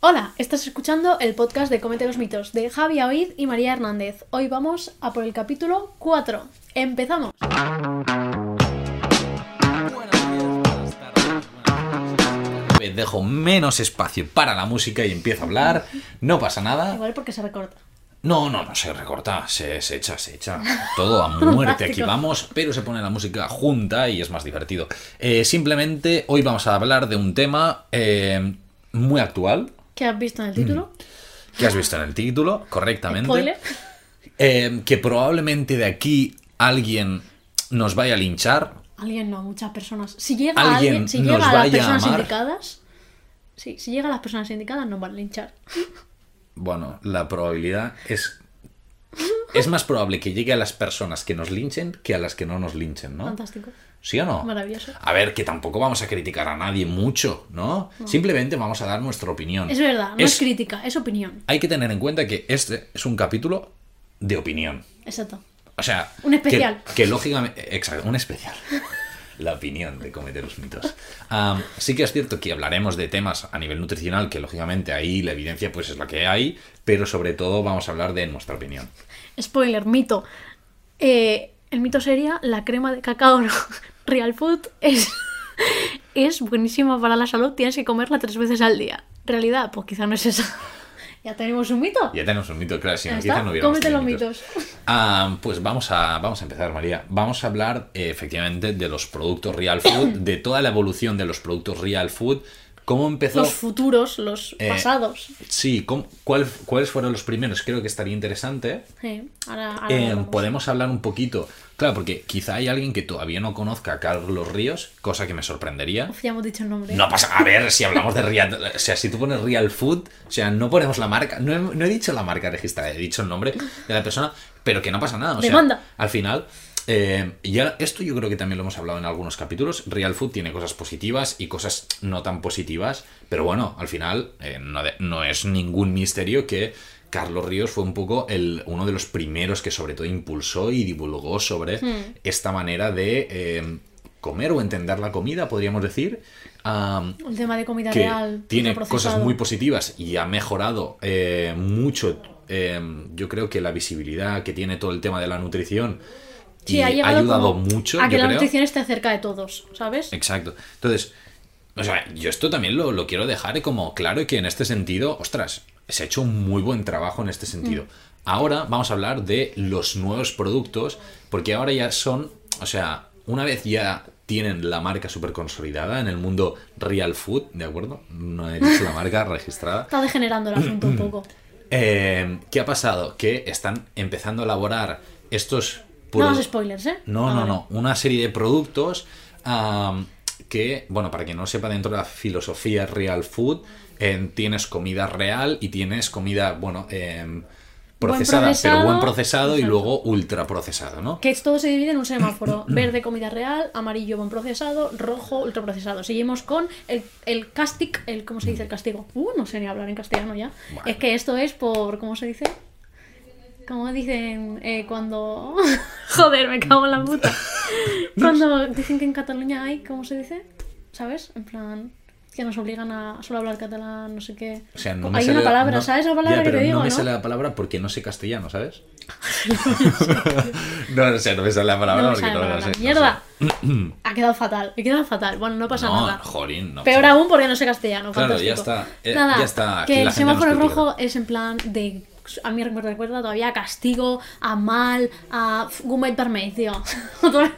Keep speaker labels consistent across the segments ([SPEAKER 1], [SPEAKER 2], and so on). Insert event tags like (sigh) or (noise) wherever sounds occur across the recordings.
[SPEAKER 1] Hola, estás escuchando el podcast de Comete los mitos de Javi Oid y María Hernández. Hoy vamos a por el capítulo 4. ¡Empezamos!
[SPEAKER 2] Ah. vez dejo menos espacio para la música y empiezo a hablar, no pasa nada.
[SPEAKER 1] Igual porque se recorta.
[SPEAKER 2] No, no, no se recorta, se, se echa, se echa.
[SPEAKER 1] (laughs)
[SPEAKER 2] Todo a muerte, aquí
[SPEAKER 1] Fantástico.
[SPEAKER 2] vamos, pero se pone la música junta y es más divertido. Eh, simplemente hoy vamos a hablar de un tema eh, muy actual,
[SPEAKER 1] ¿Qué has visto en
[SPEAKER 2] Mm.
[SPEAKER 1] el título?
[SPEAKER 2] que has visto en el título, correctamente.
[SPEAKER 1] Spoiler.
[SPEAKER 2] Eh, que probablemente de aquí alguien nos vaya a linchar.
[SPEAKER 1] Alguien no, muchas personas. Si llega
[SPEAKER 2] Alguien
[SPEAKER 1] alguien, si llega
[SPEAKER 2] nos
[SPEAKER 1] a las
[SPEAKER 2] vaya a
[SPEAKER 1] personas
[SPEAKER 2] amar.
[SPEAKER 1] indicadas. Sí, si llega a las personas indicadas nos van a linchar.
[SPEAKER 2] Bueno, la probabilidad es... Es más probable que llegue a las personas que nos linchen que a las que no nos linchen, ¿no?
[SPEAKER 1] Fantástico.
[SPEAKER 2] ¿Sí o no?
[SPEAKER 1] Maravilloso.
[SPEAKER 2] A ver, que tampoco vamos a criticar a nadie mucho, ¿no? Simplemente vamos a dar nuestra opinión.
[SPEAKER 1] Es verdad, no es,
[SPEAKER 2] Es-
[SPEAKER 1] crítica, es opinión.
[SPEAKER 2] Hay que tener en cuenta que este es un capítulo de opinión.
[SPEAKER 1] Exacto.
[SPEAKER 2] O sea...
[SPEAKER 1] Un especial.
[SPEAKER 2] Que, que lógicamente... Exacto, un especial. (laughs) La opinión de cometer los mitos. Am, sí que es cierto que hablaremos de temas a nivel nutricional, que lógicamente ahí la evidencia pues es la que hay, pero sobre todo vamos a hablar de nuestra opinión.
[SPEAKER 1] Spoiler, mito. Eh, el mito sería la crema de cacao ¿no? (laughs) Real Food es, (laughs) es buenísima para la salud, tienes que comerla tres veces al día. Realidad, pues quizá no es esa. (laughs) Ya tenemos un mito.
[SPEAKER 2] Ya tenemos un mito, claro, si
[SPEAKER 1] Ya
[SPEAKER 2] no,
[SPEAKER 1] está,
[SPEAKER 2] quizá no hubiéramos
[SPEAKER 1] cómete
[SPEAKER 2] tenido
[SPEAKER 1] los mitos. (laughs)
[SPEAKER 2] Ah, pues vamos a, vamos a empezar, María. Vamos a hablar eh, efectivamente de los productos Real Food, de toda la evolución de los productos Real Food. ¿Cómo empezó?
[SPEAKER 1] Los futuros, los
[SPEAKER 2] Eh,
[SPEAKER 1] pasados.
[SPEAKER 2] Sí, ¿cómo- cuál- ¿cuáles fueron los primeros? Creo que estaría interesante.
[SPEAKER 1] Sí, ahora, ahora
[SPEAKER 2] Eh,
[SPEAKER 1] hablamos.
[SPEAKER 2] podemos hablar un poquito. Claro, porque quizá hay alguien que todavía no conozca a Carlos Ríos, cosa que me sorprendería.
[SPEAKER 1] Uf, ya hemos dicho el nombre.
[SPEAKER 2] No pasa, a ver, si hablamos de Real, o sea, si tú pones Real Food, o sea, no ponemos la marca, no he, no he dicho la marca registrada, he dicho el nombre de la persona, pero que no pasa nada. O sea,
[SPEAKER 1] Demanda.
[SPEAKER 2] al final, eh, ya esto yo creo que también lo hemos hablado en algunos capítulos, Real Food tiene cosas positivas y cosas no tan positivas, pero bueno, al final eh, no, de- no es ningún misterio que... Carlos Ríos fue un poco el, uno de los primeros que sobre todo impulsó y divulgó sobre esta manera de eh, comer o entender la comida, podríamos decir, am,
[SPEAKER 1] El tema de comida
[SPEAKER 2] que
[SPEAKER 1] real.
[SPEAKER 2] tiene
[SPEAKER 1] ultraprocesado.
[SPEAKER 2] cosas muy positivas y ha mejorado eh, mucho, eh, yo creo que la visibilidad que tiene todo el tema de la nutrición
[SPEAKER 1] Sí,
[SPEAKER 2] y ha,
[SPEAKER 1] llegado
[SPEAKER 2] ayudado
[SPEAKER 1] como
[SPEAKER 2] mucho,
[SPEAKER 1] A que
[SPEAKER 2] yo
[SPEAKER 1] la
[SPEAKER 2] creo.
[SPEAKER 1] nutrición esté cerca de todos, ¿sabes?
[SPEAKER 2] Exacto. Entonces, o sea, yo esto también lo, lo quiero dejar como claro que en este sentido, ostras, se ha hecho un muy buen trabajo en este sentido. Ahora vamos a hablar de los nuevos productos, porque ahora ya son, o sea, una vez ya tienen la marca súper consolidada en el mundo real food, ¿de acuerdo? No he dicho la marca (laughs) registrada.
[SPEAKER 1] Está degenerando el asunto
[SPEAKER 2] (clears throat)
[SPEAKER 1] un poco.
[SPEAKER 2] Eh, ¿Qué ha pasado? Que están empezando a elaborar estos
[SPEAKER 1] No
[SPEAKER 2] produ-
[SPEAKER 1] los spoilers, ¿eh?
[SPEAKER 2] no,
[SPEAKER 1] Ah,
[SPEAKER 2] no,
[SPEAKER 1] vale.
[SPEAKER 2] no. Una serie de productos am, que, bueno, para quien no lo sepa, dentro de la filosofía real food, em, tienes comida real y tienes comida, bueno, em, procesada,
[SPEAKER 1] procesado.
[SPEAKER 2] pero buen procesado y
[SPEAKER 1] Exacto.
[SPEAKER 2] luego ultra procesado, ¿no?
[SPEAKER 1] Que todo se divide en un semáforo. (clears throat) Verde, comida real, amarillo, buen procesado, rojo, ultraprocesado. Seguimos con el, el castic, el, ¿cómo se dice el castigo? Uh, no sé ni hablar en castellano ya.
[SPEAKER 2] Bueno.
[SPEAKER 1] Es que esto es por, ¿cómo se dice? ¿Cómo dicen eh, cuando... (laughs) Joder, me cago en la
[SPEAKER 2] (laughs)
[SPEAKER 1] puta. Cuando dicen que en Cataluña hay, ¿cómo se dice? ¿Sabes? En plan... Que nos obligan a solo hablar catalán, no sé qué.
[SPEAKER 2] O sea, no me
[SPEAKER 1] Hay
[SPEAKER 2] sale
[SPEAKER 1] una
[SPEAKER 2] la-
[SPEAKER 1] palabra,
[SPEAKER 2] no-
[SPEAKER 1] ¿sabes la palabra
[SPEAKER 2] Ya,
[SPEAKER 1] que
[SPEAKER 2] pero
[SPEAKER 1] te digo?
[SPEAKER 2] no me
[SPEAKER 1] no?
[SPEAKER 2] sale la palabra porque no sé castellano, ¿sabes?
[SPEAKER 1] (laughs)
[SPEAKER 2] (laughs) no, o sea, no me sale la palabra
[SPEAKER 1] No me
[SPEAKER 2] porque
[SPEAKER 1] sale
[SPEAKER 2] no
[SPEAKER 1] la
[SPEAKER 2] lo sé.
[SPEAKER 1] palabra.
[SPEAKER 2] no sé.
[SPEAKER 1] ¡Mierda! Ha quedado fatal, he quedado fatal. Bueno, no pasa
[SPEAKER 2] No,
[SPEAKER 1] nada.
[SPEAKER 2] jolín, no.
[SPEAKER 1] Peor
[SPEAKER 2] pasa nada.
[SPEAKER 1] aún porque no sé castellano.
[SPEAKER 2] Claro,
[SPEAKER 1] fantástico.
[SPEAKER 2] ya está, eh,
[SPEAKER 1] Nada,
[SPEAKER 2] ya está, aquí
[SPEAKER 1] Que
[SPEAKER 2] la
[SPEAKER 1] el
[SPEAKER 2] gente nos
[SPEAKER 1] semáforo
[SPEAKER 2] critica.
[SPEAKER 1] rojo es en plan de. A mí me recuerda todavía a castigo, a mal, a f- gourmet vermell, tío. (laughs) Otra-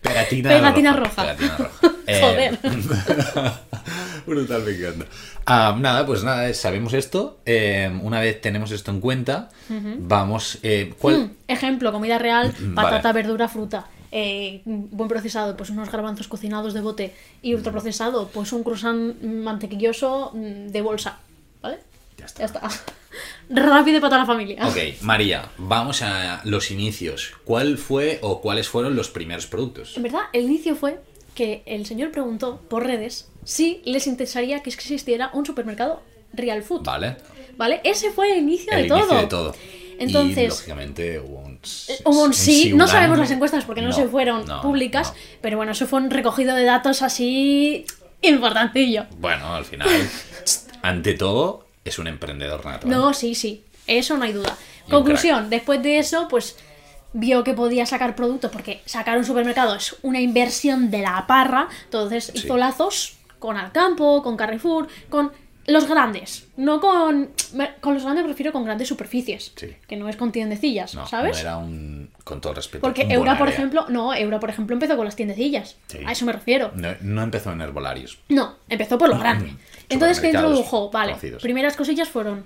[SPEAKER 2] Pegatina,
[SPEAKER 1] Pegatina roja.
[SPEAKER 2] Pegatina
[SPEAKER 1] (laughs)
[SPEAKER 2] roja.
[SPEAKER 1] Joder.
[SPEAKER 2] Eh, (laughs) brutal, me encanta. Ah, nada, pues nada, eh, sabemos esto. Eh, una vez tenemos esto en cuenta, vamos. eh, ¿Cuál?
[SPEAKER 1] Mm, Ejemplo, comida real, patata,
[SPEAKER 2] Mm, vale.
[SPEAKER 1] verdura, fruta. Eh, buen procesado, pues unos garbanzos cocinados de bote. Y
[SPEAKER 2] Mm.
[SPEAKER 1] ultraprocesado, pues un croissant mantequilloso mm, de bolsa. ¿Vale?
[SPEAKER 2] Ya está.
[SPEAKER 1] Ya está. (laughs) Rápido para toda la familia.
[SPEAKER 2] Ok, María, vamos a los inicios. ¿Cuál fue o cuáles fueron los primeros productos?
[SPEAKER 1] En verdad, el inicio fue que el señor preguntó por redes si les interesaría que existiera un supermercado Real Food. Vale.
[SPEAKER 2] Vale.
[SPEAKER 1] Ese fue el inicio, de,
[SPEAKER 2] El inicio
[SPEAKER 1] todo.
[SPEAKER 2] de todo. y,
[SPEAKER 1] Entonces, eh,
[SPEAKER 2] lógicamente hubo un, s-
[SPEAKER 1] hubo un
[SPEAKER 2] un
[SPEAKER 1] sí,
[SPEAKER 2] sí,
[SPEAKER 1] no
[SPEAKER 2] unánime.
[SPEAKER 1] sabemos las encuestas porque no,
[SPEAKER 2] No,
[SPEAKER 1] se fueron
[SPEAKER 2] no,
[SPEAKER 1] públicas,
[SPEAKER 2] no.
[SPEAKER 1] pero bueno, eso fue un recogido de datos así importantillo.
[SPEAKER 2] Bueno, al final, (laughs) ante todo, es un emprendedor nato.
[SPEAKER 1] No, sí, sí. Eso no hay duda.
[SPEAKER 2] Y un
[SPEAKER 1] Conclusión, después de eso, pues vio que podía sacar productos, porque sacar un supermercado es una inversión de la parra. Entonces hizo lazos con Alcampo, con Carrefour, con los grandes. No con. me- Con los grandes me refiero con grandes superficies.
[SPEAKER 2] Sí.
[SPEAKER 1] Que no es con tiendecillas,
[SPEAKER 2] No,
[SPEAKER 1] ¿sabes?
[SPEAKER 2] no era un. Con todo respeto.
[SPEAKER 1] Porque
[SPEAKER 2] un
[SPEAKER 1] Eura, por
[SPEAKER 2] Bonaria.
[SPEAKER 1] ejemplo. No, Eura, por ejemplo, empezó con las tiendecillas.
[SPEAKER 2] Sí.
[SPEAKER 1] A eso me refiero.
[SPEAKER 2] No, no empezó en herbolarios.
[SPEAKER 1] No, empezó por lo grande. Entonces, ¿qué
[SPEAKER 2] Supermercados
[SPEAKER 1] introdujo? Vale,
[SPEAKER 2] conocidos.
[SPEAKER 1] primeras cosillas fueron,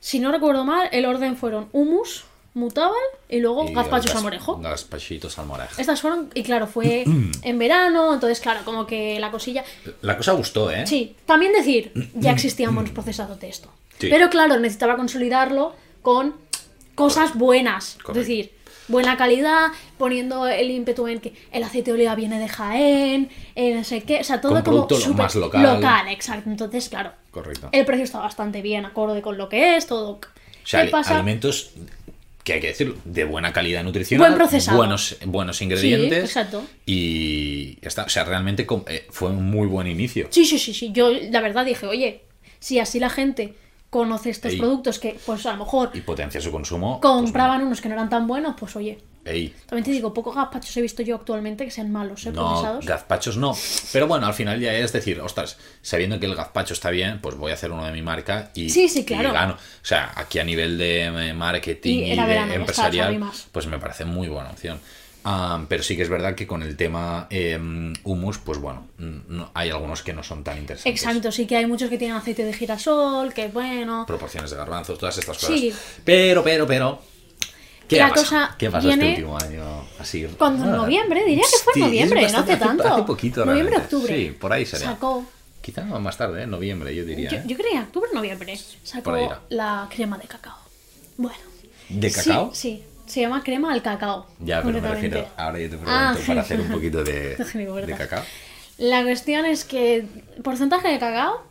[SPEAKER 1] si no recuerdo mal, el orden fueron humus, mutabal y luego
[SPEAKER 2] Y
[SPEAKER 1] gazpacho
[SPEAKER 2] gas-
[SPEAKER 1] salmorejo.
[SPEAKER 2] Gazpachito salmorejo.
[SPEAKER 1] Estas fueron, y claro,
[SPEAKER 2] (clears throat)
[SPEAKER 1] fue en verano, entonces, claro, como que la cosilla...
[SPEAKER 2] La cosa gustó, ¿eh?
[SPEAKER 1] Sí, también decir,
[SPEAKER 2] (clears throat)
[SPEAKER 1] ya existían buenos procesados de esto.
[SPEAKER 2] Sí.
[SPEAKER 1] Pero claro, necesitaba consolidarlo con cosas buenas.
[SPEAKER 2] Correcto.
[SPEAKER 1] Es decir, buena calidad, poniendo el ímpetu en que el aceite de oliva viene de Jaén, eh, no sé qué, o sea, todo
[SPEAKER 2] Con
[SPEAKER 1] como
[SPEAKER 2] producto lo
[SPEAKER 1] súper
[SPEAKER 2] más local.
[SPEAKER 1] exacto. Entonces, claro,
[SPEAKER 2] Correcto.
[SPEAKER 1] el precio está bastante bien, acorde con lo que es, todo.
[SPEAKER 2] O sea,
[SPEAKER 1] ¿Qué pasa?
[SPEAKER 2] alimentos que hay que decirlo, de buena calidad nutricional,
[SPEAKER 1] Buen procesado.
[SPEAKER 2] buenos, buenos ingredientes.
[SPEAKER 1] exacto.
[SPEAKER 2] Y ya está. O sea, realmente com- eh, fue un muy buen inicio.
[SPEAKER 1] Sí, sí, sí, sí. Yo la verdad dije, oye, si así la gente conoce estos
[SPEAKER 2] Ey.
[SPEAKER 1] productos que, pues a lo mejor
[SPEAKER 2] Y potencia su consumo. pues,
[SPEAKER 1] compraban unos que no eran tan buenos, pues oye,
[SPEAKER 2] mira, ey,
[SPEAKER 1] También te digo, pocos gazpachos he visto yo actualmente que sean malos, ¿eh?
[SPEAKER 2] No,
[SPEAKER 1] Procesados.
[SPEAKER 2] gazpachos no. Pero bueno, al final ya es decir, ostras, sabiendo que el gazpacho está bien, pues voy a hacer uno de mi marca y,
[SPEAKER 1] Sí, sí,
[SPEAKER 2] y
[SPEAKER 1] claro.
[SPEAKER 2] gano. O sea, aquí a nivel de eh, marketing
[SPEAKER 1] Y
[SPEAKER 2] y,
[SPEAKER 1] era
[SPEAKER 2] de
[SPEAKER 1] verano, ya está,
[SPEAKER 2] empresarial,
[SPEAKER 1] sabí más.
[SPEAKER 2] pues me parece muy buena opción. Ah, pero sí que es verdad que con el tema eh, humus, pues bueno, mm, no- hay algunos que no son tan interesantes.
[SPEAKER 1] Exacto, sí que hay muchos que tienen aceite de girasol, que es bueno.
[SPEAKER 2] Proporciones de garbanzos, todas estas cosas.
[SPEAKER 1] Sí.
[SPEAKER 2] Pero, pero, pero. ¿Qué
[SPEAKER 1] La
[SPEAKER 2] ha pasado?
[SPEAKER 1] cosa
[SPEAKER 2] ¿Qué ha pasado
[SPEAKER 1] viene-
[SPEAKER 2] este último año? Así.
[SPEAKER 1] Cuando en
[SPEAKER 2] nada.
[SPEAKER 1] noviembre, diría que fue en
[SPEAKER 2] Sí, es
[SPEAKER 1] noviembre, no
[SPEAKER 2] bastante-
[SPEAKER 1] hace tanto.
[SPEAKER 2] Hace poquito,
[SPEAKER 1] Noviembre,
[SPEAKER 2] realmente.
[SPEAKER 1] octubre.
[SPEAKER 2] Sí, por ahí sería.
[SPEAKER 1] Sacó.
[SPEAKER 2] Quizá no, más tarde, ¿eh? noviembre, yo diría.
[SPEAKER 1] Yo,
[SPEAKER 2] ¿eh?
[SPEAKER 1] yo creía octubre, noviembre. Sacó
[SPEAKER 2] Por ahí era.
[SPEAKER 1] la crema de cacao. Bueno.
[SPEAKER 2] ¿De
[SPEAKER 1] Sí,
[SPEAKER 2] cacao?
[SPEAKER 1] Sí, Se llama crema al cacao.
[SPEAKER 2] Ya, pero me
[SPEAKER 1] concretamente.
[SPEAKER 2] refiero. Ahora yo te pregunto
[SPEAKER 1] Ah, (laughs)
[SPEAKER 2] para hacer un poquito de,
[SPEAKER 1] No se me acuerda.
[SPEAKER 2] de cacao.
[SPEAKER 1] La cuestión es que porcentaje de cacao,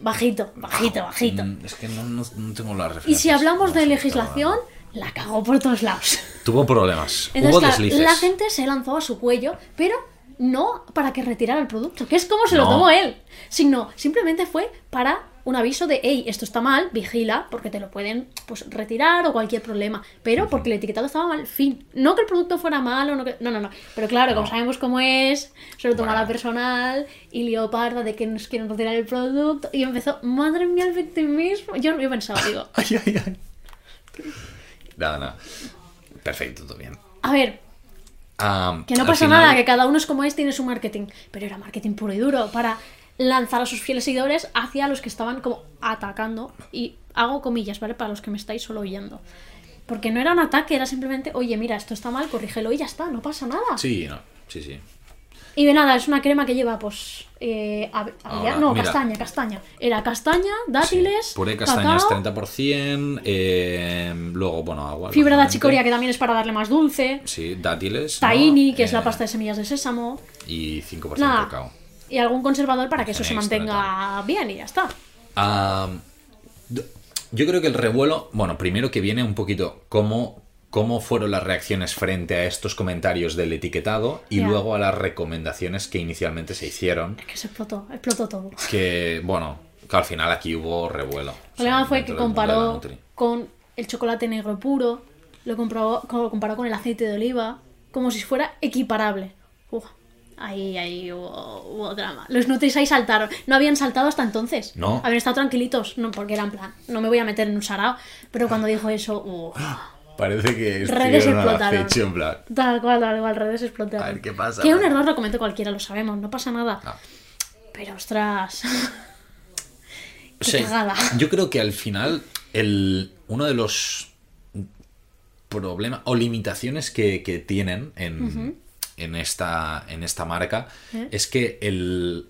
[SPEAKER 1] bajito, bajito, bajito.
[SPEAKER 2] Mm, Es que no, no- no tengo la referencia.
[SPEAKER 1] Y si hablamos de legislación, la cagó por todos lados.
[SPEAKER 2] Tuvo problemas.
[SPEAKER 1] Entonces,
[SPEAKER 2] Hubo
[SPEAKER 1] claro,
[SPEAKER 2] deslices.
[SPEAKER 1] la gente se lanzó a su cuello, pero no para que retirara el producto, que es como se lo
[SPEAKER 2] No.
[SPEAKER 1] tomó él, sino simplemente fue para un aviso de, hey, esto está mal, vigila, porque te lo pueden pues, retirar o cualquier problema, pero porque el etiquetado estaba mal, fin. No que el producto fuera malo, no, que... no, no, no. Pero claro, como
[SPEAKER 2] No.
[SPEAKER 1] sabemos cómo es, se lo tomó a la
[SPEAKER 2] Bueno.
[SPEAKER 1] personal y leoparda de que nos quieren retirar el producto y empezó, madre mía, el victimismo. Yo, yo pensaba, digo,
[SPEAKER 2] (laughs) Ay, ay, ay. Nada, nada. Perfecto, todo bien.
[SPEAKER 1] a ver,
[SPEAKER 2] Am,
[SPEAKER 1] Que no
[SPEAKER 2] al
[SPEAKER 1] pasa
[SPEAKER 2] final-
[SPEAKER 1] nada, que cada uno es como es, tiene su marketing. Pero era marketing puro y duro para lanzar a sus fieles seguidores hacia los que estaban como atacando. Y hago comillas, ¿vale? Para los que me estáis solo oyendo. Porque no era un ataque, era simplemente, oye, mira, esto está mal, corrígelo y ya está, no pasa nada.
[SPEAKER 2] Sí, no. Sí, sí.
[SPEAKER 1] Y de nada, es una crema que lleva, pues. eh, ave-
[SPEAKER 2] Ahora,
[SPEAKER 1] no,
[SPEAKER 2] mira.
[SPEAKER 1] castaña, castaña. Era castaña, dátiles,
[SPEAKER 2] Puré de castañas
[SPEAKER 1] cacao,
[SPEAKER 2] 30%. eh, luego, bueno, agua.
[SPEAKER 1] fibra de
[SPEAKER 2] lógicamente.
[SPEAKER 1] achicoria, que también es para darle más dulce,
[SPEAKER 2] Sí, dátiles. ¿no?
[SPEAKER 1] tahini, que es la
[SPEAKER 2] Eh,
[SPEAKER 1] pasta de semillas de sésamo.
[SPEAKER 2] Y 5%
[SPEAKER 1] Nada.
[SPEAKER 2] Pues cacao. Pues
[SPEAKER 1] Y algún conservador para que eso se
[SPEAKER 2] Tenéis,
[SPEAKER 1] mantenga bien y ya está.
[SPEAKER 2] Am, d- yo creo que el revuelo, bueno, primero que viene un poquito cómo, cómo fueron las reacciones frente a estos comentarios del etiquetado y
[SPEAKER 1] Ya.
[SPEAKER 2] luego a las recomendaciones que inicialmente se hicieron,
[SPEAKER 1] Es que se explotó, explotó todo.
[SPEAKER 2] que bueno, que al final aquí hubo revuelo.
[SPEAKER 1] El problema
[SPEAKER 2] O sea,
[SPEAKER 1] fue que
[SPEAKER 2] dentro del mundo de la
[SPEAKER 1] comparó
[SPEAKER 2] Nutri.
[SPEAKER 1] con el chocolate negro puro, lo comprobó- co- lo comparó con el aceite de oliva, como si fuera equiparable. Uf, ahí, ahí hubo, hubo drama. Los Nutris ahí saltaron. No habían saltado hasta entonces.
[SPEAKER 2] No.
[SPEAKER 1] Habían estado tranquilitos, no, porque eran plan, no me voy a meter en un sarao. Pero cuando dijo eso, uf,
[SPEAKER 2] Parece que
[SPEAKER 1] redes
[SPEAKER 2] estuvieron al
[SPEAKER 1] explotaron.
[SPEAKER 2] acecho en plan.
[SPEAKER 1] Tal cual, tal cual, redes explotaron.
[SPEAKER 2] A ver qué pasa,
[SPEAKER 1] Que
[SPEAKER 2] ¿no?
[SPEAKER 1] un error lo comete cualquiera, lo sabemos, no pasa nada.
[SPEAKER 2] Ah.
[SPEAKER 1] Pero
[SPEAKER 2] (laughs)
[SPEAKER 1] ostras.
[SPEAKER 2] O
[SPEAKER 1] Qué
[SPEAKER 2] sea,
[SPEAKER 1] cagada.
[SPEAKER 2] Yo creo que al final el, uno de los problemas o limitaciones que, que tienen en, en, esta, en esta marca
[SPEAKER 1] ¿Eh?
[SPEAKER 2] es que el,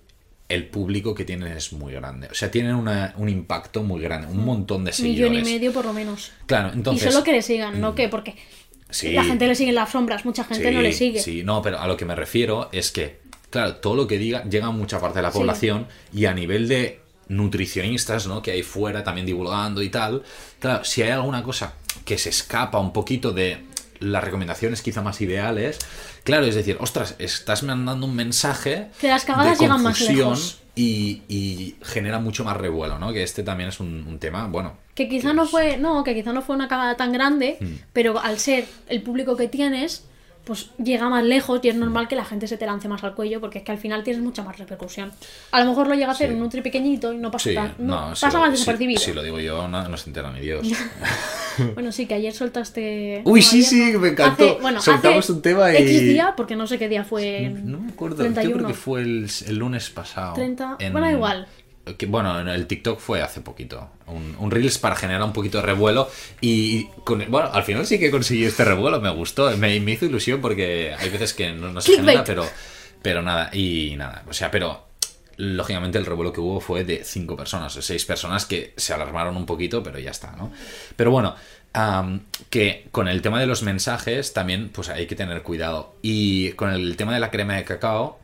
[SPEAKER 2] el público que tienen es muy grande. O sea, tienen una- un impacto muy grande, un montón de
[SPEAKER 1] Millón y
[SPEAKER 2] seguidores.
[SPEAKER 1] medio por lo menos.
[SPEAKER 2] Claro, entonces... mm,
[SPEAKER 1] y solo que le sigan, ¿no? que Porque
[SPEAKER 2] Sí.
[SPEAKER 1] la gente le sigue en las sombras, mucha gente no le sigue.
[SPEAKER 2] Sí, no, pero a lo que me refiero es que, claro, todo lo que diga llega a mucha parte de la
[SPEAKER 1] Sí.
[SPEAKER 2] población y a nivel de nutricionistas, ¿no? Que hay fuera también divulgando y tal. Claro, si hay alguna cosa que se escapa un poquito de las recomendaciones quizá más ideales, claro, es decir, ostras, estás mandando un mensaje
[SPEAKER 1] Que las cagadas
[SPEAKER 2] de
[SPEAKER 1] llegan más
[SPEAKER 2] confusión
[SPEAKER 1] lejos.
[SPEAKER 2] y, y genera mucho más revuelo, ¿no? Que este también es un, un tema, bueno.
[SPEAKER 1] Que quizá no fue, no, que quizá no fue una cagada tan grande,
[SPEAKER 2] Mm.
[SPEAKER 1] pero al ser el público que tienes, pues llega más lejos y es normal que la gente se te lance más al cuello porque es que al final tienes mucha más repercusión. A lo mejor lo llega a ser
[SPEAKER 2] Sí.
[SPEAKER 1] un nutri pequeñito y no pasa
[SPEAKER 2] Sí,
[SPEAKER 1] tan, no,
[SPEAKER 2] no, si
[SPEAKER 1] pasa
[SPEAKER 2] lo-
[SPEAKER 1] más
[SPEAKER 2] si-
[SPEAKER 1] desapercibido.
[SPEAKER 2] Si, lo digo yo, no, no se entera
[SPEAKER 1] (laughs)
[SPEAKER 2] ni Dios.
[SPEAKER 1] Bueno, sí, que ayer soltaste.
[SPEAKER 2] Uy,
[SPEAKER 1] no,
[SPEAKER 2] sí,
[SPEAKER 1] ayer
[SPEAKER 2] sí,
[SPEAKER 1] no.
[SPEAKER 2] me encantó.
[SPEAKER 1] Hace- bueno,
[SPEAKER 2] Soltamos
[SPEAKER 1] hace
[SPEAKER 2] un tema y-
[SPEAKER 1] X día, porque no sé qué día fue.
[SPEAKER 2] No me acuerdo, yo
[SPEAKER 1] 31.
[SPEAKER 2] creo que fue el, el lunes pasado.
[SPEAKER 1] 30, bueno, da igual.
[SPEAKER 2] que, bueno, en el TikTok fue hace poquito. Un, un Reels para generar un poquito de revuelo. Y con, bueno, al final sí que conseguí este revuelo, me gustó, me, me hizo ilusión porque hay veces que no, no se genera,
[SPEAKER 1] Clickbait.
[SPEAKER 2] pero, pero nada, y nada. O sea, pero lógicamente el revuelo que hubo fue de cinco personas o seis personas que se alarmaron un poquito, pero ya está, ¿no? Pero bueno, am, que con el tema de los mensajes también pues hay que tener cuidado. Y con el tema de la crema de cacao,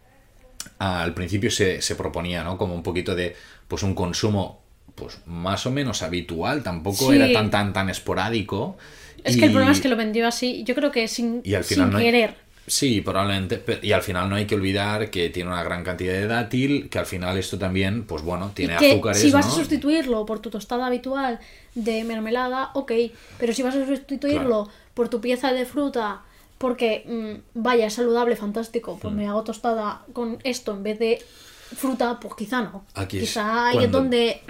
[SPEAKER 2] al principio se, se proponía, ¿no? Como un poquito de, pues un consumo, pues más o menos habitual, tampoco
[SPEAKER 1] Sí.
[SPEAKER 2] era tan, tan, tan esporádico.
[SPEAKER 1] Es
[SPEAKER 2] Y-
[SPEAKER 1] que el problema es que lo vendió así, yo creo que sin,
[SPEAKER 2] y al final
[SPEAKER 1] sin
[SPEAKER 2] no hay-
[SPEAKER 1] querer.
[SPEAKER 2] Sí, probablemente. pe- Y al final no hay que olvidar que tiene una gran cantidad de dátil, que al final esto también, pues bueno,
[SPEAKER 1] Y
[SPEAKER 2] tiene
[SPEAKER 1] que
[SPEAKER 2] azúcares,
[SPEAKER 1] si vas
[SPEAKER 2] ¿no?
[SPEAKER 1] a sustituirlo por tu tostada habitual de mermelada, ok, pero si vas a sustituirlo por tu pieza de fruta, porque mm, vaya, es saludable, fantástico,
[SPEAKER 2] Mm.
[SPEAKER 1] pues me hago tostada con esto en vez de fruta, pues quizá no.
[SPEAKER 2] Aquí es
[SPEAKER 1] quizá ahí es
[SPEAKER 2] cuando-
[SPEAKER 1] donde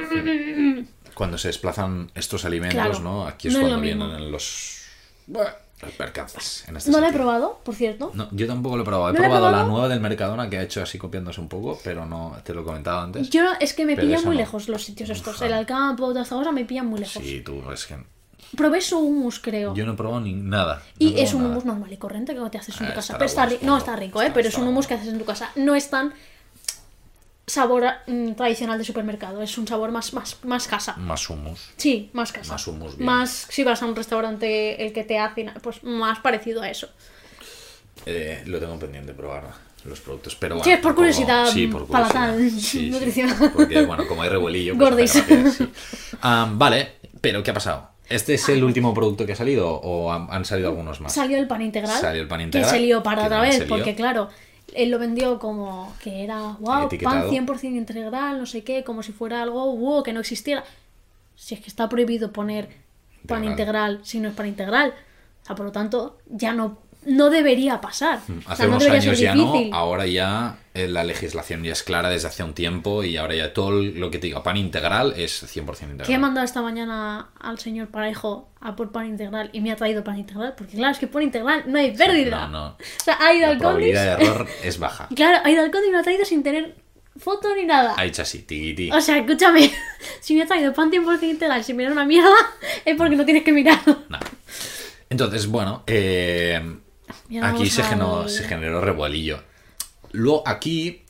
[SPEAKER 2] Cuando se desplazan estos alimentos,
[SPEAKER 1] Claro,
[SPEAKER 2] ¿no? Aquí es
[SPEAKER 1] no es
[SPEAKER 2] cuando
[SPEAKER 1] lo mismo.
[SPEAKER 2] vienen los... Bueno, los percances. En este
[SPEAKER 1] no la he
[SPEAKER 2] sentido.
[SPEAKER 1] probado, por cierto.
[SPEAKER 2] No, yo tampoco lo he probado. He
[SPEAKER 1] ¿No lo he
[SPEAKER 2] probado, la
[SPEAKER 1] probado?
[SPEAKER 2] nueva del Mercadona que ha hecho así copiándose un poco, pero no te lo he comentado antes.
[SPEAKER 1] Yo es que me
[SPEAKER 2] Pero
[SPEAKER 1] pillan
[SPEAKER 2] esa
[SPEAKER 1] muy
[SPEAKER 2] no.
[SPEAKER 1] lejos los sitios estos.
[SPEAKER 2] Ojalá.
[SPEAKER 1] El Alcampo, toda esta cosa me pillan muy lejos.
[SPEAKER 2] Sí, tú, es que
[SPEAKER 1] Probé su hummus, creo.
[SPEAKER 2] yo no he probado ni nada.
[SPEAKER 1] Y
[SPEAKER 2] No he
[SPEAKER 1] es un
[SPEAKER 2] probado
[SPEAKER 1] hummus normal y corriente que te haces en
[SPEAKER 2] Ah,
[SPEAKER 1] tu casa.
[SPEAKER 2] estará
[SPEAKER 1] Pero está
[SPEAKER 2] bueno,
[SPEAKER 1] ri- no,
[SPEAKER 2] supongo.
[SPEAKER 1] está rico, ¿eh?
[SPEAKER 2] Está-
[SPEAKER 1] Pero es
[SPEAKER 2] está
[SPEAKER 1] un hummus
[SPEAKER 2] bueno.
[SPEAKER 1] que haces en tu casa. No es tan sabor mm, tradicional de supermercado. Es un sabor más, más, más casa.
[SPEAKER 2] nada. Más hummus.
[SPEAKER 1] Sí, más casa.
[SPEAKER 2] Mm. Más hummus, bien.
[SPEAKER 1] Más- si vas a un restaurante el que te hacen, pues más parecido a eso.
[SPEAKER 2] Eh, lo tengo pendiente de probar los productos, pero bueno.
[SPEAKER 1] Sí, es por
[SPEAKER 2] tampoco-
[SPEAKER 1] curiosidad (laughs) palatal,
[SPEAKER 2] Sí, sí,
[SPEAKER 1] nutricional.
[SPEAKER 2] porque bueno, como hay revuelillo. pues
[SPEAKER 1] Gordis.
[SPEAKER 2] hace gracia, sí. Ah, vale, pero ¿qué ha pasado? ¿Este es
[SPEAKER 1] Ah.
[SPEAKER 2] el último producto que ha salido o han, han salido algunos más?
[SPEAKER 1] Salió el pan integral.
[SPEAKER 2] Salió el pan integral,
[SPEAKER 1] Que se lió para
[SPEAKER 2] que
[SPEAKER 1] otra
[SPEAKER 2] también
[SPEAKER 1] vez,
[SPEAKER 2] se lió.
[SPEAKER 1] porque claro, él lo vendió como que era, wow, pan
[SPEAKER 2] Etiquetado.
[SPEAKER 1] 100% integral, no sé qué, como si fuera algo, wow, que no existiera. Si es que está prohibido poner pan
[SPEAKER 2] Integral.
[SPEAKER 1] integral si no es pan integral. O sea, por lo tanto, ya no, no debería pasar.
[SPEAKER 2] Hmm, Hace
[SPEAKER 1] o sea, no
[SPEAKER 2] unos
[SPEAKER 1] debería
[SPEAKER 2] años
[SPEAKER 1] ser
[SPEAKER 2] ya no,
[SPEAKER 1] difícil.
[SPEAKER 2] ahora ya eh, la legislación ya es clara desde hace un tiempo y ahora ya todo lo que te diga pan integral es 100% integral.
[SPEAKER 1] Que he mandado esta mañana al señor Parejo a por pan integral y me ha traído pan integral, porque claro, es que por integral no hay pérdida.
[SPEAKER 2] no, no.
[SPEAKER 1] O sea, ha ido
[SPEAKER 2] La
[SPEAKER 1] al Condis.
[SPEAKER 2] probabilidad de error
[SPEAKER 1] (laughs)
[SPEAKER 2] es baja.
[SPEAKER 1] Claro, ha ido al Condis y me lo ha traído sin tener foto ni nada.
[SPEAKER 2] Ha hecho así, tiquití.
[SPEAKER 1] O sea, escúchame, (laughs) si me ha traído pan 100% integral sin mirar una mierda, (laughs) es porque no tienes que mirar.
[SPEAKER 2] Nah. Entonces, bueno, eh,
[SPEAKER 1] Mira,
[SPEAKER 2] aquí
[SPEAKER 1] vamos
[SPEAKER 2] se generó,
[SPEAKER 1] al-
[SPEAKER 2] se generó revuelillo. Luego aquí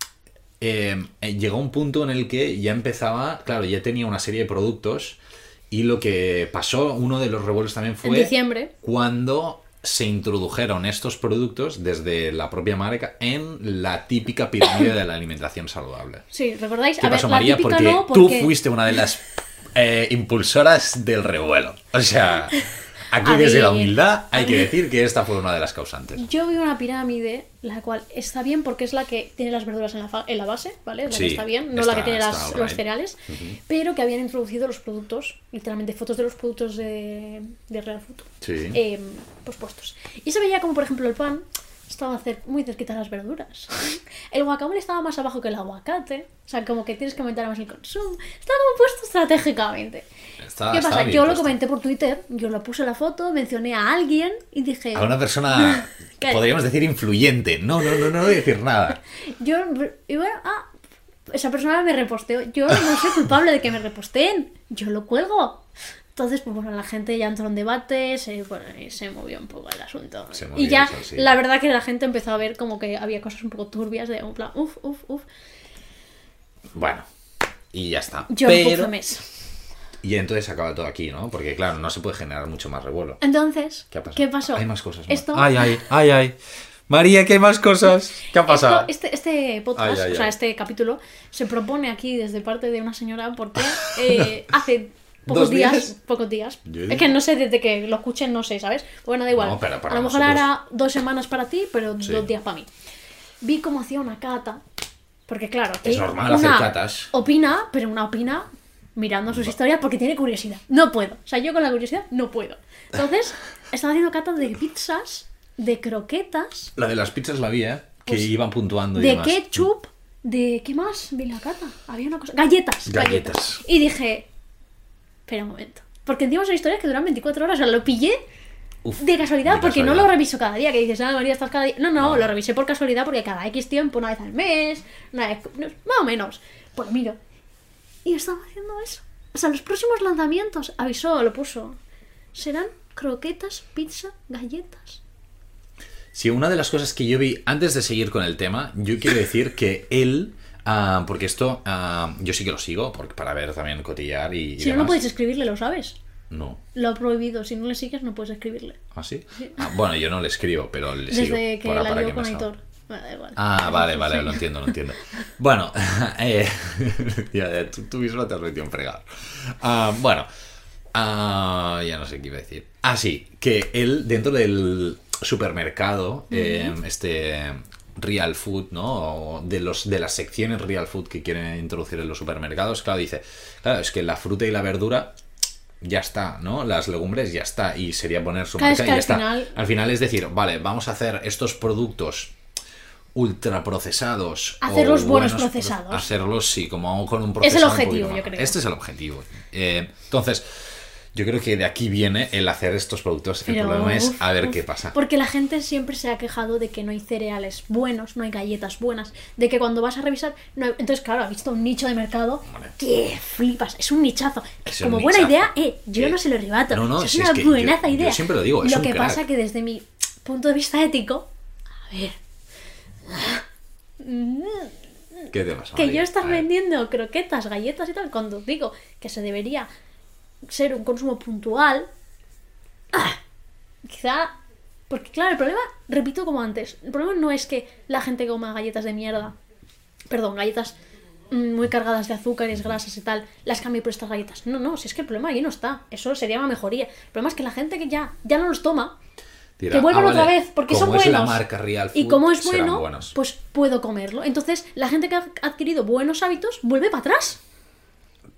[SPEAKER 2] eh, eh, llegó un punto en el que ya empezaba, claro, ya tenía una serie de productos y lo que pasó, uno de los revuelos también fue...
[SPEAKER 1] En diciembre.
[SPEAKER 2] Cuando se introdujeron estos productos desde la propia marca en la típica pirámide de la alimentación saludable.
[SPEAKER 1] Sí, ¿recordáis?
[SPEAKER 2] ¿Qué
[SPEAKER 1] a ver,
[SPEAKER 2] pasó,
[SPEAKER 1] la
[SPEAKER 2] María?
[SPEAKER 1] típica
[SPEAKER 2] Porque,
[SPEAKER 1] no,
[SPEAKER 2] tú
[SPEAKER 1] porque-
[SPEAKER 2] fuiste una de las eh, impulsoras del revuelo. O sea, aquí
[SPEAKER 1] A
[SPEAKER 2] desde la
[SPEAKER 1] ver.
[SPEAKER 2] humildad hay que decir que esta fue una de las causantes.
[SPEAKER 1] Yo vi una pirámide, la cual está bien porque es la que tiene las verduras en la, fa- en la base, ¿vale? Es La
[SPEAKER 2] Sí,
[SPEAKER 1] que está bien, no la
[SPEAKER 2] está-
[SPEAKER 1] que tiene
[SPEAKER 2] está
[SPEAKER 1] las-
[SPEAKER 2] alright.
[SPEAKER 1] los cereales, pero que habían introducido los productos, literalmente fotos de los productos de, de Real Food,
[SPEAKER 2] Sí.
[SPEAKER 1] eh, pues puestos. Y se veía como, por ejemplo, el pan estaba cer- muy cerquita de las verduras. (laughs) El guacamole estaba más abajo que el aguacate, o sea, como que tienes que aumentar más el consumo. Estaba como puesto estratégicamente.
[SPEAKER 2] Está-
[SPEAKER 1] ¿Qué
[SPEAKER 2] está
[SPEAKER 1] pasa?
[SPEAKER 2] Ah, bien
[SPEAKER 1] Yo lo
[SPEAKER 2] puesto.
[SPEAKER 1] comenté por Twitter, yo lo puse la foto, mencioné a alguien y dije...
[SPEAKER 2] A una
[SPEAKER 1] (laughs)
[SPEAKER 2] persona,
[SPEAKER 1] Claro.
[SPEAKER 2] podríamos decir, influyente. No, no, no, no voy a decir nada.
[SPEAKER 1] Yo, y bueno, ah, esa persona me reposteó. Yo no soy culpable de que me reposteen. Yo lo cuelgo. Entonces, pues bueno, la gente ya entró en debate, se, bueno, y se movió un poco el asunto.
[SPEAKER 2] Se movió
[SPEAKER 1] y ya,
[SPEAKER 2] eso, sí.
[SPEAKER 1] la verdad que la gente empezó a ver como que había cosas un poco turbias, de un plan, uff, uff, uff.
[SPEAKER 2] Bueno, y ya está.
[SPEAKER 1] Yo un poco
[SPEAKER 2] Pero,
[SPEAKER 1] mes.
[SPEAKER 2] y entonces acaba todo aquí, ¿no? Porque, claro, no se puede generar mucho más revuelo.
[SPEAKER 1] Entonces,
[SPEAKER 2] ¿Qué ha pasado?
[SPEAKER 1] ¿qué pasó?
[SPEAKER 2] Hay más cosas. Ah, más.
[SPEAKER 1] Esto,
[SPEAKER 2] Ay, ay, ay, ay. María, que hay más cosas. ¿Qué ha pasado?
[SPEAKER 1] Esto- este, este podcast,
[SPEAKER 2] Ay, ay,
[SPEAKER 1] o sea,
[SPEAKER 2] ay.
[SPEAKER 1] este capítulo, se propone aquí desde parte de una señora
[SPEAKER 2] (laughs)
[SPEAKER 1] porque eh, hace pocos
[SPEAKER 2] ¿Dos
[SPEAKER 1] días,
[SPEAKER 2] días?
[SPEAKER 1] pocos días,
[SPEAKER 2] Yo
[SPEAKER 1] es
[SPEAKER 2] digo-
[SPEAKER 1] que no sé, desde que lo escuchen no sé, ¿sabes? Bueno, da igual.
[SPEAKER 2] No, pero para
[SPEAKER 1] a lo mejor
[SPEAKER 2] nosotros-
[SPEAKER 1] ahora dos semanas para ti, pero
[SPEAKER 2] Sí.
[SPEAKER 1] dos días para mí. Vi cómo hacía una cata Porque claro,
[SPEAKER 2] Es
[SPEAKER 1] que
[SPEAKER 2] normal hacer catas.
[SPEAKER 1] Opina, pero una opina mirando sus historias porque tiene curiosidad. No puedo. O sea, yo con la curiosidad no puedo. Entonces, están haciendo catas de pizzas, de croquetas,
[SPEAKER 2] La de las pizzas la vi, ¿eh? Que
[SPEAKER 1] Pues,
[SPEAKER 2] iban puntuando y
[SPEAKER 1] de
[SPEAKER 2] demás.
[SPEAKER 1] ketchup, de qué más vi la cata. Había una cosa. Galletas.
[SPEAKER 2] Galletas.
[SPEAKER 1] Y dije, espera un momento. Porque encima son historias que duran 24 horas. O sea, lo pillé
[SPEAKER 2] Uf,
[SPEAKER 1] de casualidad
[SPEAKER 2] de
[SPEAKER 1] porque no
[SPEAKER 2] casualidad.
[SPEAKER 1] lo reviso cada día. Que dices, ah, María, estás cada día. No, no, lo revisé por casualidad porque cada X tiempo, una vez al mes, una vez. no, Más o menos. Pues miro. Y estaba haciendo eso. O sea, los próximos lanzamientos, avisó, lo puso. Serán croquetas, pizza, galletas.
[SPEAKER 2] Sí, una de las cosas que yo vi, antes de seguir con el tema, yo quiero decir que él, ah, porque esto, ah, yo sí que lo sigo, porque, para ver también cotillar y... y
[SPEAKER 1] Si no, no
[SPEAKER 2] demás.
[SPEAKER 1] podéis escribirle, lo sabes.
[SPEAKER 2] No.
[SPEAKER 1] Lo ha prohibido. Si no le sigues, no puedes escribirle.
[SPEAKER 2] ¿Ah, sí? Ah, bueno, yo no le escribo, pero le sigo.
[SPEAKER 1] Desde que
[SPEAKER 2] para-
[SPEAKER 1] la
[SPEAKER 2] para
[SPEAKER 1] llevo
[SPEAKER 2] me
[SPEAKER 1] con
[SPEAKER 2] salga.
[SPEAKER 1] Aitor. Bueno, da igual. (laughs)
[SPEAKER 2] Ah, vale, vale,
[SPEAKER 1] Sí.
[SPEAKER 2] lo entiendo, lo entiendo. Bueno, (laughs) eh, ya, ya, tú, tú mismo te has metido en fregar. Ah, bueno, ah, ya no sé qué iba a decir. Ah, sí, que él dentro del supermercado, eh, este Real Food, ¿no? O de, los, de las secciones Real Food que quieren introducir en los supermercados, claro, dice, claro, es que la fruta y la verdura... Ya está, ¿no? Las legumbres ya está. Y sería poner su
[SPEAKER 1] Claro, es
[SPEAKER 2] marca y
[SPEAKER 1] que
[SPEAKER 2] ya
[SPEAKER 1] al
[SPEAKER 2] está.
[SPEAKER 1] final-
[SPEAKER 2] Al final es decir, vale, vamos a hacer estos productos ultraprocesados.
[SPEAKER 1] Hacer
[SPEAKER 2] o
[SPEAKER 1] los buenos
[SPEAKER 2] pro-
[SPEAKER 1] procesados.
[SPEAKER 2] Hacerlos, sí, como con un
[SPEAKER 1] Es el
[SPEAKER 2] procesado. un
[SPEAKER 1] objetivo,
[SPEAKER 2] poquito más.
[SPEAKER 1] yo creo.
[SPEAKER 2] Este es el objetivo. Eh, entonces, yo creo que de aquí viene el hacer estos productos. el
[SPEAKER 1] Pero,
[SPEAKER 2] problema es
[SPEAKER 1] uf,
[SPEAKER 2] a ver
[SPEAKER 1] uf.
[SPEAKER 2] qué pasa.
[SPEAKER 1] Porque la gente siempre se ha quejado de que no hay cereales buenos, no hay galletas buenas, de que cuando vas a revisar. no hay- Entonces, claro, ha visto un nicho de mercado
[SPEAKER 2] Hombre.
[SPEAKER 1] que flipas, es un nichazo. Que
[SPEAKER 2] Es
[SPEAKER 1] Como
[SPEAKER 2] un
[SPEAKER 1] buena idea,
[SPEAKER 2] nichazo.
[SPEAKER 1] eh, yo
[SPEAKER 2] Eh,
[SPEAKER 1] no se lo rebato.
[SPEAKER 2] no, no,
[SPEAKER 1] O sea, es
[SPEAKER 2] si es
[SPEAKER 1] una
[SPEAKER 2] que yo-
[SPEAKER 1] buenaza
[SPEAKER 2] yo
[SPEAKER 1] idea.
[SPEAKER 2] siempre lo digo, es
[SPEAKER 1] Lo
[SPEAKER 2] un
[SPEAKER 1] que
[SPEAKER 2] crack.
[SPEAKER 1] pasa que desde mi punto de vista ético, a ver,
[SPEAKER 2] ¿Qué te pasa?
[SPEAKER 1] pues, que
[SPEAKER 2] María?
[SPEAKER 1] yo estar
[SPEAKER 2] A ver.
[SPEAKER 1] vendiendo croquetas, galletas y tal, cuando digo que se debería ser un consumo puntual, ¡ah! quizá... Porque claro, el problema, repito como antes, el problema no es que la gente coma galletas de mierda, perdón, galletas mm, muy cargadas de azúcares, grasas y tal, las cambie por estas galletas. No, no, si es que el problema ahí no está, eso sería una mejoría. El problema es que la gente que ya, ya no los toma,
[SPEAKER 2] Dirá,
[SPEAKER 1] que vuelvan
[SPEAKER 2] ah,
[SPEAKER 1] otra
[SPEAKER 2] vale,
[SPEAKER 1] vez porque
[SPEAKER 2] como
[SPEAKER 1] son
[SPEAKER 2] es
[SPEAKER 1] buenos.
[SPEAKER 2] la marca Real
[SPEAKER 1] y
[SPEAKER 2] Food,
[SPEAKER 1] como es
[SPEAKER 2] serán
[SPEAKER 1] bueno,
[SPEAKER 2] buenos.
[SPEAKER 1] pues puedo comerlo. Entonces, la gente que ha adquirido buenos hábitos vuelve para atrás.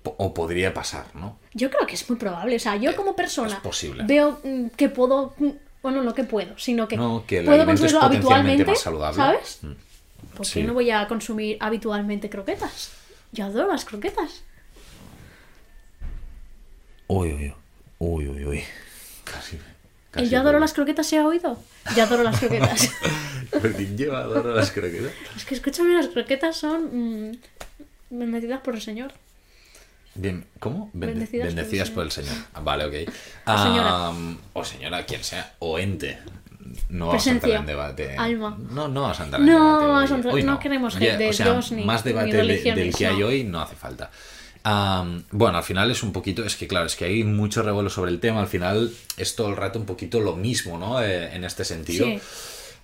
[SPEAKER 2] Po- O podría pasar, ¿no?
[SPEAKER 1] Yo creo que es muy probable. O sea, yo como persona
[SPEAKER 2] Eh, es posible.
[SPEAKER 1] veo mm, que puedo, mm, bueno, no que puedo, sino que,
[SPEAKER 2] No, que el
[SPEAKER 1] puedo
[SPEAKER 2] alimento es
[SPEAKER 1] consumirlo
[SPEAKER 2] potencialmente
[SPEAKER 1] habitualmente,
[SPEAKER 2] más saludable.
[SPEAKER 1] ¿sabes?
[SPEAKER 2] Mm.
[SPEAKER 1] ¿Por qué
[SPEAKER 2] sí.
[SPEAKER 1] no voy a consumir habitualmente croquetas? Yo adoro las croquetas.
[SPEAKER 2] Uy, uy, uy, uy, uy. Casi.
[SPEAKER 1] El
[SPEAKER 2] casi
[SPEAKER 1] yo adoro
[SPEAKER 2] lo-
[SPEAKER 1] las croquetas se ha oído. Yo adoro las
[SPEAKER 2] (laughs)
[SPEAKER 1] croquetas.
[SPEAKER 2] Yo adoro las croquetas.
[SPEAKER 1] es que escúchame, las croquetas son mm, bendecidas por el Señor.
[SPEAKER 2] Bien, ¿Cómo? Bende-
[SPEAKER 1] Bendecidas
[SPEAKER 2] bendecidas,
[SPEAKER 1] por el
[SPEAKER 2] por el Señor. Ah, Vale, ok.
[SPEAKER 1] O señora.
[SPEAKER 2] Am, o señora, quien sea. O ente. No vamos a
[SPEAKER 1] Presencia.
[SPEAKER 2] entrar en debate.
[SPEAKER 1] Alma.
[SPEAKER 2] No, no vamos a entrar en
[SPEAKER 1] No,
[SPEAKER 2] debate. hoy.
[SPEAKER 1] vamos a entrar-
[SPEAKER 2] Hoy
[SPEAKER 1] no queremos gente,
[SPEAKER 2] o sea,
[SPEAKER 1] Dios, ni-
[SPEAKER 2] más
[SPEAKER 1] ni
[SPEAKER 2] debate de- del
[SPEAKER 1] religiones,
[SPEAKER 2] que hay
[SPEAKER 1] no.
[SPEAKER 2] hoy no hace falta. Am, bueno, al final es un poquito, es que claro, es que hay mucho revuelo sobre el tema, al final es todo el rato un poquito lo mismo, ¿no? Eh, en este sentido.
[SPEAKER 1] Sí.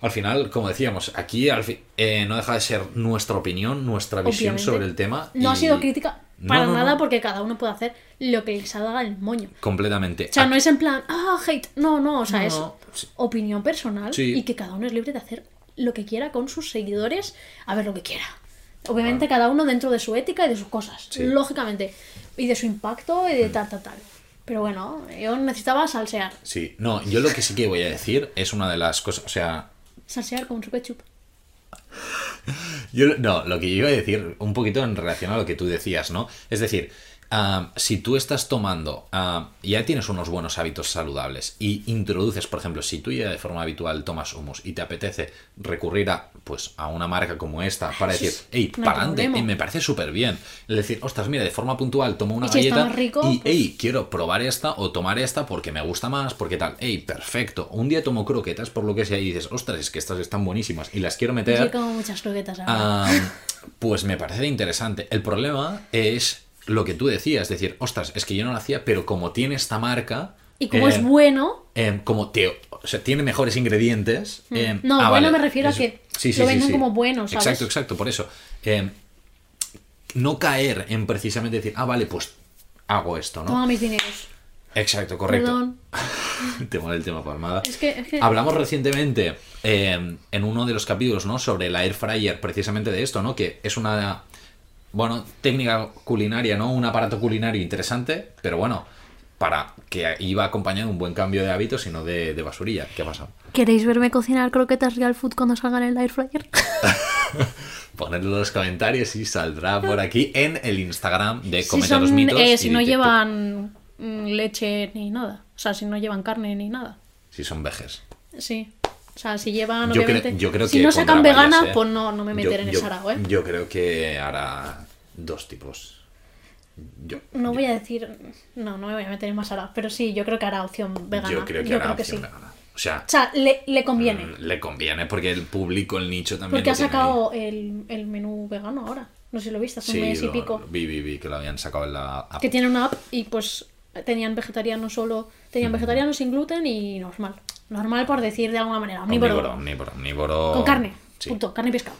[SPEAKER 2] Al final, como decíamos, aquí al fi- eh, no deja de ser nuestra opinión, nuestra visión
[SPEAKER 1] Obviamente.
[SPEAKER 2] sobre el tema.
[SPEAKER 1] No ha
[SPEAKER 2] y-
[SPEAKER 1] sido crítica
[SPEAKER 2] No,
[SPEAKER 1] para
[SPEAKER 2] no, no.
[SPEAKER 1] nada porque cada uno puede hacer lo que les haga el moño.
[SPEAKER 2] Completamente.
[SPEAKER 1] O sea,
[SPEAKER 2] Aquí-
[SPEAKER 1] no es en plan, ah, hate. No, no, o sea, es
[SPEAKER 2] No, sí.
[SPEAKER 1] opinión personal
[SPEAKER 2] Sí.
[SPEAKER 1] y que cada uno es libre de hacer lo que quiera con sus seguidores, a ver lo que quiera. Obviamente cada uno dentro de su ética y de sus cosas,
[SPEAKER 2] Ah. Sí.
[SPEAKER 1] lógicamente. Y de su impacto y de tal, tal, tal. Pero bueno, yo necesitaba salsear.
[SPEAKER 2] Sí, no, yo lo que sí que voy a decir es una de las cosas, o sea,
[SPEAKER 1] Salsear con su ketchup.
[SPEAKER 2] yo no, lo que yo iba a decir un poquito en relación a lo que tú decías, ¿no? Es decir, ah, si tú estás tomando, ah, ya tienes unos buenos hábitos saludables y introduces, por ejemplo, si tú ya de forma habitual tomas humus y te apetece recurrir a, pues, a una marca como esta para
[SPEAKER 1] Eso
[SPEAKER 2] decir,
[SPEAKER 1] es-
[SPEAKER 2] hey,
[SPEAKER 1] no hay
[SPEAKER 2] para adelante,
[SPEAKER 1] problema".
[SPEAKER 2] me parece súper bien. Es decir, ostras, mira, de forma puntual tomo una
[SPEAKER 1] Y si está
[SPEAKER 2] galleta
[SPEAKER 1] más rico,
[SPEAKER 2] y,
[SPEAKER 1] pues-
[SPEAKER 2] "Ey, "Ey, quiero probar esta o tomar esta porque me gusta más, porque tal. Ey, perfecto. Un día tomo croquetas por lo que sea y dices, ostras, es que estas están buenísimas y las quiero
[SPEAKER 1] Yo
[SPEAKER 2] meter.
[SPEAKER 1] como muchas croquetas ahora.
[SPEAKER 2] Ah, pues me parece interesante. El problema es lo que tú decías, es decir, ostras, es que yo no lo hacía, pero como tiene esta marca...
[SPEAKER 1] y como
[SPEAKER 2] eh,
[SPEAKER 1] es bueno,
[SPEAKER 2] eh, como te, o sea, tiene mejores ingredientes. eh,
[SPEAKER 1] Mm. No, bueno me refiero a
[SPEAKER 2] eso-
[SPEAKER 1] que lo venden como bueno, ¿sabes?
[SPEAKER 2] Exacto, exacto, por eso. Eh, no caer en precisamente decir, ah, vale, pues hago esto, ¿no?
[SPEAKER 1] toma mis dineros.
[SPEAKER 2] Exacto, correcto.
[SPEAKER 1] Perdón.
[SPEAKER 2] (laughs) Te mola el tema palmada.
[SPEAKER 1] Es que, es que-
[SPEAKER 2] Hablamos recientemente eh, en uno de los capítulos, ¿no? Sobre la air fryer, precisamente de esto, ¿no? Que es una, bueno, técnica culinaria, ¿no? Un aparato culinario interesante, pero bueno, para que iba acompañado de un buen cambio de hábitos y no de, de basurilla. ¿Qué ha pasado?
[SPEAKER 1] ¿Queréis verme cocinar croquetas real food cuando salgan en el air fryer?
[SPEAKER 2] Ponedlo en los comentarios y saldrá por aquí en el Instagram de
[SPEAKER 1] si
[SPEAKER 2] Cometa los
[SPEAKER 1] son,
[SPEAKER 2] Mitos.
[SPEAKER 1] eh,
[SPEAKER 2] y
[SPEAKER 1] si no
[SPEAKER 2] de TikTok.
[SPEAKER 1] llevan mm, leche ni nada. O sea, si no llevan carne ni nada.
[SPEAKER 2] Si son vejes.
[SPEAKER 1] Sí. O sea, si llevan,
[SPEAKER 2] Yo
[SPEAKER 1] obviamente.
[SPEAKER 2] creo, yo creo
[SPEAKER 1] si
[SPEAKER 2] que
[SPEAKER 1] no
[SPEAKER 2] pondrá
[SPEAKER 1] sacan
[SPEAKER 2] varias,
[SPEAKER 1] veganas,
[SPEAKER 2] ¿eh?
[SPEAKER 1] pues no, no me
[SPEAKER 2] Yo-
[SPEAKER 1] meteré en
[SPEAKER 2] yo-
[SPEAKER 1] el sarao, ¿eh?
[SPEAKER 2] Yo creo que hará dos tipos. Yo,
[SPEAKER 1] no voy a decir. No, no me voy a meter en más sarao. Pero sí, yo creo que hará opción vegana.
[SPEAKER 2] yo creo que hará opción
[SPEAKER 1] sí.
[SPEAKER 2] vegana. O sea,
[SPEAKER 1] O sea, le, le conviene.
[SPEAKER 2] mm, le conviene porque el público, el nicho también.
[SPEAKER 1] porque
[SPEAKER 2] lo
[SPEAKER 1] ha
[SPEAKER 2] tiene
[SPEAKER 1] sacado el, el menú vegano ahora. No sé si lo viste,
[SPEAKER 2] ahí.
[SPEAKER 1] hace un
[SPEAKER 2] Sí,
[SPEAKER 1] mes y
[SPEAKER 2] lo-
[SPEAKER 1] pico.
[SPEAKER 2] lo vi, vi, vi que lo habían sacado en la app.
[SPEAKER 1] Que tiene una app y pues tenían vegetariano solo. Tenían vegetariano sin gluten y normal. Normal por decir de alguna manera. Omnívoro.
[SPEAKER 2] Omnívoro, omnívoro, omnívoro.
[SPEAKER 1] Con carne.
[SPEAKER 2] Sí.
[SPEAKER 1] Punto. Carne y pescado.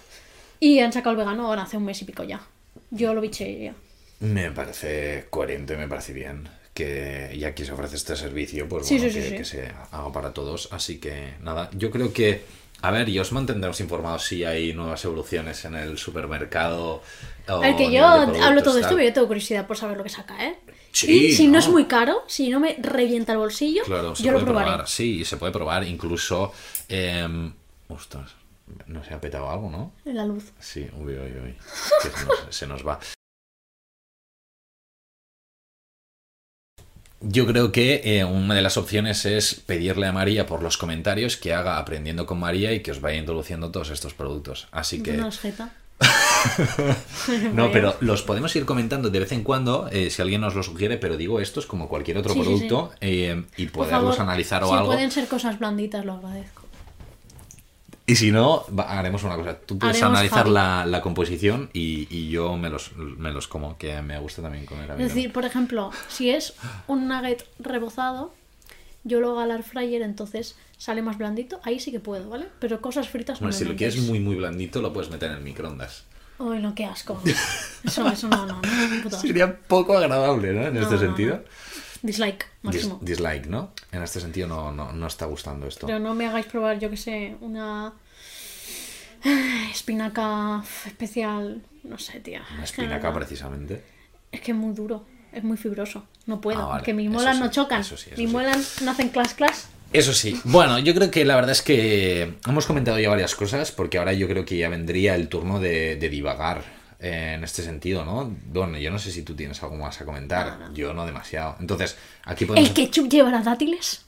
[SPEAKER 1] Y han sacado el vegano ahora hace un mes y pico ya. Yo lo biché ya.
[SPEAKER 2] Me parece coherente, me parece bien. Que ya que se ofrece este servicio, pues
[SPEAKER 1] Sí,
[SPEAKER 2] bueno,
[SPEAKER 1] sí, sí,
[SPEAKER 2] que,
[SPEAKER 1] sí.
[SPEAKER 2] que se haga para todos. Así que nada, yo creo que. A ver, y os mantendremos informados si hay nuevas evoluciones en el supermercado. o
[SPEAKER 1] Al que
[SPEAKER 2] nivel
[SPEAKER 1] yo
[SPEAKER 2] de
[SPEAKER 1] hablo
[SPEAKER 2] productos,
[SPEAKER 1] todo esto,
[SPEAKER 2] tal.
[SPEAKER 1] pero yo tengo curiosidad por saber lo que saca, ¿eh?
[SPEAKER 2] Sí,
[SPEAKER 1] y si no. es
[SPEAKER 2] no.
[SPEAKER 1] muy caro, si no me revienta el bolsillo,
[SPEAKER 2] Claro, se
[SPEAKER 1] yo lo
[SPEAKER 2] puede
[SPEAKER 1] probaré.
[SPEAKER 2] probar, sí, se puede probar. Incluso. Eh, ostras, no se ha petado algo, ¿no?
[SPEAKER 1] La luz.
[SPEAKER 2] Sí, uy, uy,
[SPEAKER 1] (laughs)
[SPEAKER 2] uy. que se, nos, se nos va. Yo creo que eh, una de las opciones es pedirle a María por los comentarios que haga aprendiendo con María y que os vaya introduciendo todos estos productos. Así que.
[SPEAKER 1] Una (laughs) jeta.
[SPEAKER 2] (laughs) No, pero los podemos ir comentando de vez en cuando, eh, si alguien nos lo sugiere, pero digo estos como cualquier otro
[SPEAKER 1] Sí, sí, sí.
[SPEAKER 2] producto eh, y
[SPEAKER 1] Por
[SPEAKER 2] poderlos
[SPEAKER 1] favor,
[SPEAKER 2] analizar o
[SPEAKER 1] si
[SPEAKER 2] algo.
[SPEAKER 1] pueden ser cosas blanditas, lo agradezco.
[SPEAKER 2] Y si no, va- haremos una cosa. Tú puedes
[SPEAKER 1] Haremos
[SPEAKER 2] analizar
[SPEAKER 1] Javi.
[SPEAKER 2] la, la composición y, y yo me los, me los como, que me gusta también comer a mí.
[SPEAKER 1] Es decir, por ejemplo, si es un nugget rebozado, yo lo hago al air fryer, entonces sale más blandito. Ahí sí que puedo, ¿vale? Pero cosas fritas no
[SPEAKER 2] Bueno,
[SPEAKER 1] me
[SPEAKER 2] si lo
[SPEAKER 1] metéis.
[SPEAKER 2] quieres muy, muy blandito, lo puedes meter en el microondas.
[SPEAKER 1] Uy, no, qué asco. Eso, eso no, no, no. un puto asco.
[SPEAKER 2] (laughs) Sería poco agradable, ¿no? En
[SPEAKER 1] No,
[SPEAKER 2] este
[SPEAKER 1] no,
[SPEAKER 2] sentido.
[SPEAKER 1] no. Dislike,
[SPEAKER 2] Dis-
[SPEAKER 1] máximo.
[SPEAKER 2] dislike, ¿no? En este sentido no, no, no está gustando esto.
[SPEAKER 1] Pero no me hagáis probar, yo que sé, una (sighs) espinaca especial. No sé, tía.
[SPEAKER 2] Una
[SPEAKER 1] Es que no,
[SPEAKER 2] espinaca,
[SPEAKER 1] no.
[SPEAKER 2] precisamente.
[SPEAKER 1] Es que es muy duro, es muy fibroso. No puedo,
[SPEAKER 2] Ah, vale,
[SPEAKER 1] que mis
[SPEAKER 2] eso
[SPEAKER 1] muelas
[SPEAKER 2] sí,
[SPEAKER 1] no chocan.
[SPEAKER 2] eso sí, eso
[SPEAKER 1] mis
[SPEAKER 2] sí.
[SPEAKER 1] muelas no hacen clas clas.
[SPEAKER 2] Eso sí. Bueno, yo creo que la verdad es que hemos comentado ya varias cosas, porque ahora yo creo que ya vendría el turno de, de divagar eh, en este sentido, ¿no? Bueno, yo no sé si tú tienes algo más a comentar.
[SPEAKER 1] No, no.
[SPEAKER 2] Yo no demasiado. Entonces, aquí podemos.
[SPEAKER 1] ¿El ketchup llevará dátiles?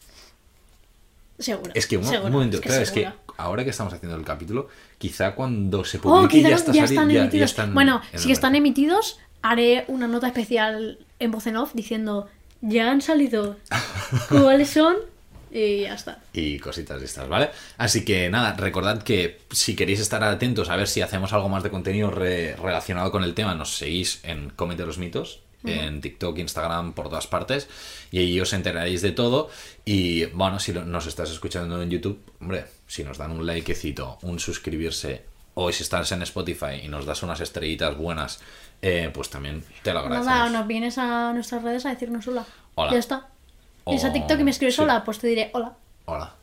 [SPEAKER 1] Seguro.
[SPEAKER 2] Es que un
[SPEAKER 1] seguro,
[SPEAKER 2] momento,
[SPEAKER 1] es que
[SPEAKER 2] claro, es que
[SPEAKER 1] seguro.
[SPEAKER 2] ahora que estamos haciendo el capítulo, quizá cuando se publique
[SPEAKER 1] Oh, quizá
[SPEAKER 2] pues ya,
[SPEAKER 1] ya,
[SPEAKER 2] está sali-
[SPEAKER 1] están
[SPEAKER 2] ya- ya
[SPEAKER 1] emitidos.
[SPEAKER 2] están
[SPEAKER 1] bueno,
[SPEAKER 2] en
[SPEAKER 1] si
[SPEAKER 2] el
[SPEAKER 1] están
[SPEAKER 2] mercado.
[SPEAKER 1] emitidos, haré una nota especial en voz en off diciendo ya han salido.
[SPEAKER 2] (laughs)
[SPEAKER 1] ¿Cuáles son? Y ya está.
[SPEAKER 2] y cositas de estas, ¿vale? Así que nada, recordad que si queréis estar atentos a ver si hacemos algo más de contenido re- relacionado con el tema, nos seguís en Comete los Mitos, en TikTok, Instagram, por todas partes, y ahí os enteraréis de todo. Y bueno, si lo- nos estás escuchando en YouTube, hombre, si nos dan un likecito, un suscribirse, o si estás en Spotify y nos das unas estrellitas buenas, eh, pues también te lo agradecemos.
[SPEAKER 1] Nada, nos vienes a nuestras redes a decirnos hola.
[SPEAKER 2] Hola.
[SPEAKER 1] Ya está.
[SPEAKER 2] O-
[SPEAKER 1] Vienes a TikTok y me escribes
[SPEAKER 2] sí.
[SPEAKER 1] hola, pues te diré hola.
[SPEAKER 2] Hola.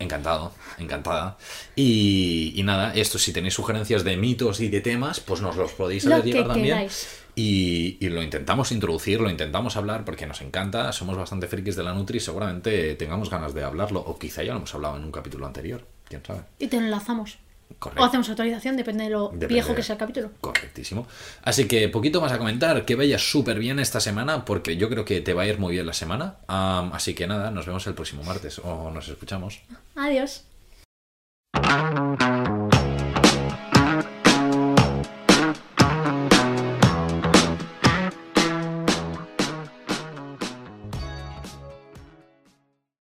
[SPEAKER 2] Encantado, encantada. Y, y nada, esto, si tenéis sugerencias de mitos y de temas, pues nos los podéis
[SPEAKER 1] Lo
[SPEAKER 2] hacer llegar
[SPEAKER 1] que
[SPEAKER 2] también.
[SPEAKER 1] queráis.
[SPEAKER 2] Y, y lo intentamos introducir, lo intentamos hablar porque nos encanta, somos bastante frikis de la Nutri y seguramente tengamos ganas de hablarlo, o quizá ya lo hemos hablado en un capítulo anterior, quién sabe.
[SPEAKER 1] Y te enlazamos.
[SPEAKER 2] Correcto.
[SPEAKER 1] O hacemos actualización, depende de lo
[SPEAKER 2] Depende
[SPEAKER 1] viejo
[SPEAKER 2] de-
[SPEAKER 1] que sea el capítulo.
[SPEAKER 2] Correctísimo. Así que poquito más a comentar, que vaya súper bien esta semana porque yo creo que te va a ir muy bien la semana. Am, así que nada, nos vemos el próximo martes o nos escuchamos.
[SPEAKER 1] Adiós.